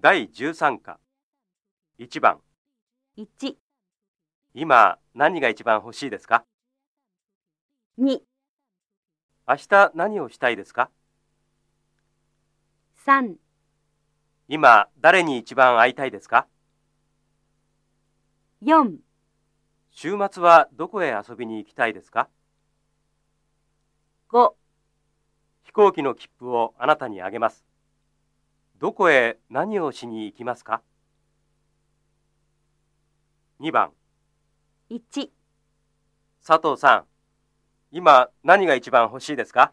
第13課1番1、今何が一番欲しいですか明2、日何をしたいですか3、今誰に一番会いたいですか4、週末はどこへ遊びに行きたいですか5、飛行機の切符をあなたにあげますどこへ何をしに行きますか2番1、佐藤さん今何が一番欲しいですか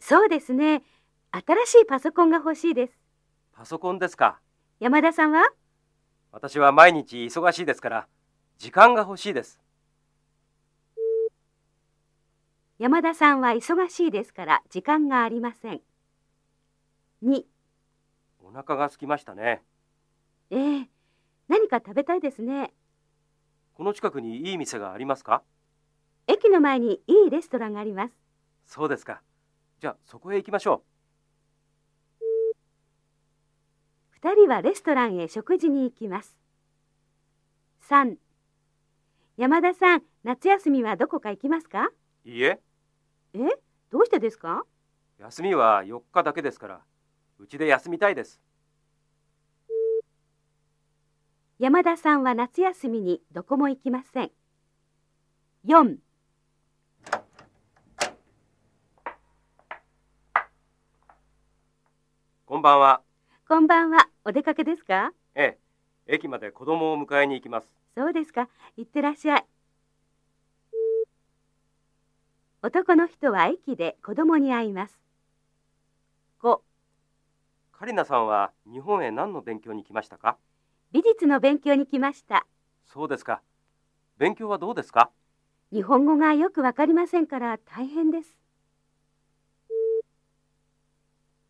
そうですね。新しいパソコンが欲しいです。パソコンですか山田さんは私は毎日忙しいですから時間が欲しいです山田さんは忙しいですから時間がありません。2、お腹が空きましたねええ何か食べたいですね。この近くにいい店がありますか駅の前にいいレストランがあります。そうですかじゃあそこへ行きましょ2人はレストランへ食事に行きます。3、山田さん、夏休みはどこか行きますかういいええどうしてですか休みは4日だけですからうちで休みたいです山田さんは夏休みにどこも行きません。4、こんばんはこんばんは。お出かけですかええ駅まで子供を迎えに行きますそうですか。行ってらっしゃい。男の人は駅で子供に会います。5、カリナさんは日本へ何の勉強に来ましたか美術の勉強に来ました。そうですか勉強はどうですか日本語がよくわかりませんから大変です。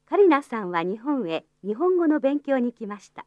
カリナさんは日本へ日本語の勉強に来ました。